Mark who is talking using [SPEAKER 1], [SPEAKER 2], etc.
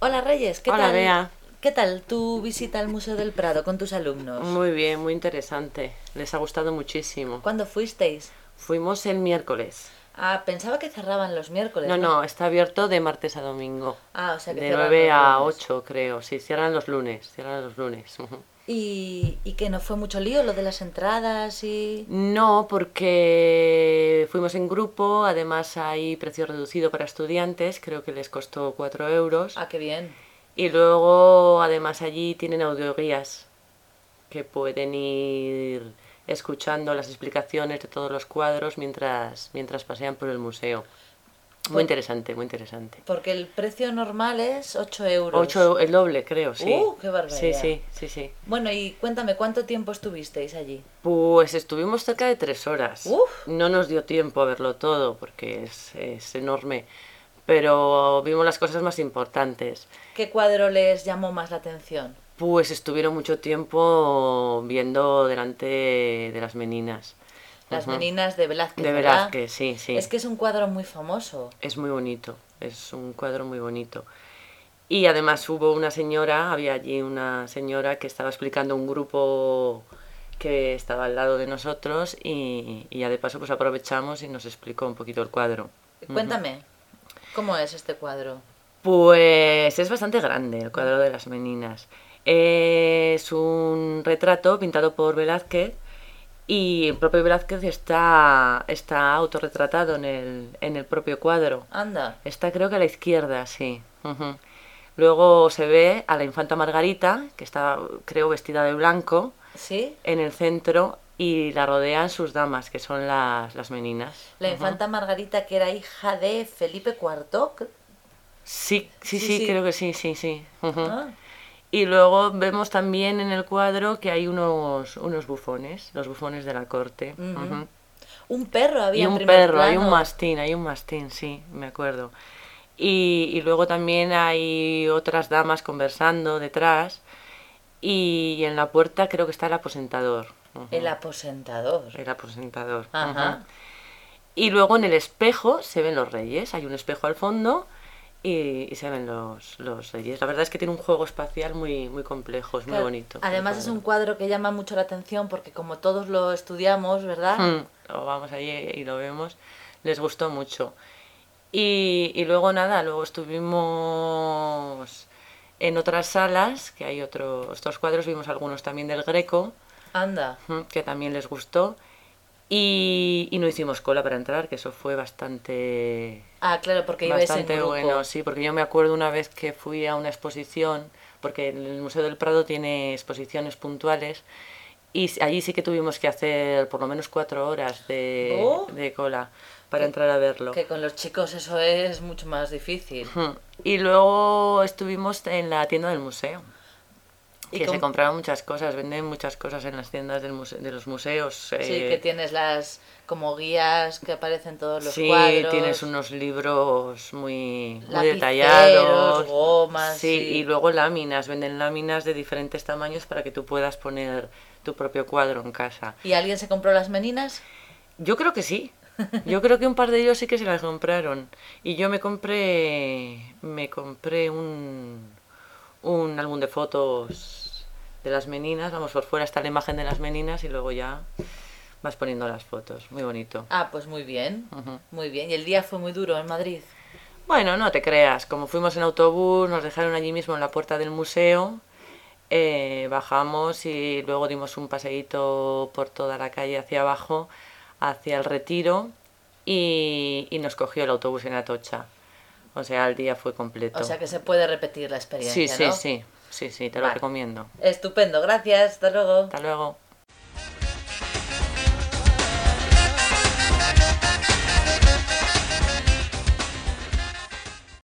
[SPEAKER 1] Hola Reyes, ¿qué
[SPEAKER 2] Hola,
[SPEAKER 1] tal?
[SPEAKER 2] Bea.
[SPEAKER 1] ¿Qué tal tu visita al Museo del Prado con tus alumnos?
[SPEAKER 2] Muy bien, muy interesante. Les ha gustado muchísimo.
[SPEAKER 1] ¿Cuándo fuisteis?
[SPEAKER 2] Fuimos el miércoles.
[SPEAKER 1] Ah, pensaba que cerraban los miércoles.
[SPEAKER 2] No, no, está abierto de martes a domingo.
[SPEAKER 1] Ah, o sea que
[SPEAKER 2] De
[SPEAKER 1] cerraban
[SPEAKER 2] 9
[SPEAKER 1] los
[SPEAKER 2] a
[SPEAKER 1] lunes.
[SPEAKER 2] 8, creo. Sí, cierran los lunes. Cierran los lunes. ujú.
[SPEAKER 1] ¿Y, y que no fue mucho lío lo de las entradas y...?
[SPEAKER 2] No, porque fuimos en grupo, además hay precio reducido para estudiantes, creo que les costó 4 euros.
[SPEAKER 1] Ah, qué bien.
[SPEAKER 2] Y luego, además, allí tienen audioguías que pueden ir escuchando las explicaciones de todos los cuadros mientras, mientras pasean por el museo. Muy
[SPEAKER 1] Pues-
[SPEAKER 2] interesante, muy interesante.
[SPEAKER 1] Porque el precio normal es 8 euros.
[SPEAKER 2] 8 el doble, creo, sí.
[SPEAKER 1] ¡Uh, qué barbaridad!
[SPEAKER 2] Sí, sí, sí, sí.
[SPEAKER 1] Bueno, y cuéntame, ¿cuánto tiempo estuvisteis allí?
[SPEAKER 2] Pues estuvimos cerca de tres horas.
[SPEAKER 1] Uf.
[SPEAKER 2] No nos dio tiempo a verlo todo porque es, es enorme. Pero vimos las cosas más importantes.
[SPEAKER 1] ¿Qué cuadro les llamó más la atención?
[SPEAKER 2] Pues estuvieron mucho tiempo viendo delante de las meninas.
[SPEAKER 1] Las
[SPEAKER 2] Ujú.
[SPEAKER 1] meninas de Velázquez,
[SPEAKER 2] De
[SPEAKER 1] ¿verdad?
[SPEAKER 2] Velázquez, sí, sí.
[SPEAKER 1] Es que es un cuadro muy famoso.
[SPEAKER 2] Es muy bonito, es un cuadro muy bonito. Y además hubo una señora, había allí una señora que estaba explicando un grupo que estaba al lado de nosotros y, y ya de paso pues aprovechamos y nos explicó un poquito el cuadro.
[SPEAKER 1] Cuéntame, ¿cómo es este cuadro?
[SPEAKER 2] Pues es bastante grande el cuadro de las meninas. Es un retrato pintado por Velázquez y el propio Velázquez está, está autorretratado en el, en el propio cuadro.
[SPEAKER 1] Anda,
[SPEAKER 2] Está creo que a la izquierda, sí. Ujú. Luego se ve a la infanta Margarita, que está creo vestida de blanco,
[SPEAKER 1] ¿sí?
[SPEAKER 2] en el centro y la rodean sus damas, que son las, las meninas.
[SPEAKER 1] La infanta Margarita, que era hija de Felipe IV. cre-
[SPEAKER 2] Sí, sí,
[SPEAKER 1] Sí,
[SPEAKER 2] sí,
[SPEAKER 1] sí.
[SPEAKER 2] creo que sí, sí, sí. Ujú.
[SPEAKER 1] Ah,
[SPEAKER 2] Y luego vemos también en el cuadro que hay unos, unos bufones, los bufones de la corte.
[SPEAKER 1] Ujú.
[SPEAKER 2] Ujú.
[SPEAKER 1] Un perro había
[SPEAKER 2] Y
[SPEAKER 1] en
[SPEAKER 2] un
[SPEAKER 1] primer
[SPEAKER 2] perro, hay un
[SPEAKER 1] plano.
[SPEAKER 2] mastín, hay un mastín, sí, me acuerdo. Y, y luego también hay otras damas conversando detrás. Y, en la puerta creo que está el aposentador. Ujú.
[SPEAKER 1] El aposentador.
[SPEAKER 2] El aposentador.
[SPEAKER 1] Ajá.
[SPEAKER 2] ujú. Y luego en el espejo se ven los reyes. Hay un espejo al fondo y, y se ven los, los reyes. La verdad es que tiene un juego espacial muy, muy complejo, es muy
[SPEAKER 1] Claro,
[SPEAKER 2] bonito. el
[SPEAKER 1] Además es
[SPEAKER 2] cuadro.
[SPEAKER 1] un cuadro que llama mucho la atención porque como todos lo estudiamos, ¿verdad?
[SPEAKER 2] Mm, o vamos allí y lo vemos, les gustó mucho. Y, y luego nada, luego estuvimos en otras salas, que hay otros dos cuadros, vimos algunos también del Greco,
[SPEAKER 1] Anda.
[SPEAKER 2] ujú, que también les gustó. Y, y no hicimos cola para entrar, que eso fue bastante,
[SPEAKER 1] Ah, claro, porque ibais en
[SPEAKER 2] bastante
[SPEAKER 1] grupo.
[SPEAKER 2] bueno, sí, porque yo me acuerdo una vez que fui a una exposición, porque el Museo del Prado tiene exposiciones puntuales, y s- allí sí que tuvimos que hacer por lo menos cuatro horas de,
[SPEAKER 1] Oh.
[SPEAKER 2] de cola para entrar a verlo.
[SPEAKER 1] Que con los chicos eso es mucho más difícil.
[SPEAKER 2] Hmm. Y luego estuvimos en la tienda del museo.
[SPEAKER 1] Y
[SPEAKER 2] que
[SPEAKER 1] com-
[SPEAKER 2] se compraban muchas cosas, venden muchas cosas en las tiendas del muse- de los museos.
[SPEAKER 1] Sí,
[SPEAKER 2] eh,
[SPEAKER 1] que tienes las como guías que aparecen todos los
[SPEAKER 2] sí,
[SPEAKER 1] cuadros.
[SPEAKER 2] tienes unos libros muy, muy
[SPEAKER 1] Lapiceros,
[SPEAKER 2] detallados.
[SPEAKER 1] gomas,
[SPEAKER 2] Sí,
[SPEAKER 1] sí.
[SPEAKER 2] y luego láminas, venden láminas de diferentes tamaños para que tú puedas poner tu propio cuadro en casa.
[SPEAKER 1] ¿Y alguien se compró las meninas?
[SPEAKER 2] Yo creo que sí. Yo creo que un par de ellos sí que se las compraron. Y yo me compré me compré un un álbum de fotos de las meninas, vamos por fuera está la imagen de las meninas y luego ya vas poniendo las fotos, muy bonito.
[SPEAKER 1] Ah, pues muy bien,
[SPEAKER 2] Ujú.
[SPEAKER 1] muy bien. ¿Y el día fue muy duro en Madrid?
[SPEAKER 2] Bueno, no te creas, como fuimos en autobús, nos dejaron allí mismo en la puerta del museo, eh, bajamos y luego dimos un paseíto por toda la calle hacia abajo, hacia el retiro y, y nos cogió el autobús en Atocha. O sea, el día fue completo.
[SPEAKER 1] O sea que se puede repetir la
[SPEAKER 2] sí,
[SPEAKER 1] experiencia,
[SPEAKER 2] sí,
[SPEAKER 1] ¿no?
[SPEAKER 2] sí, sí, sí, te lo
[SPEAKER 1] Vale.
[SPEAKER 2] recomiendo.
[SPEAKER 1] Estupendo, gracias, hasta luego.
[SPEAKER 2] Hasta luego.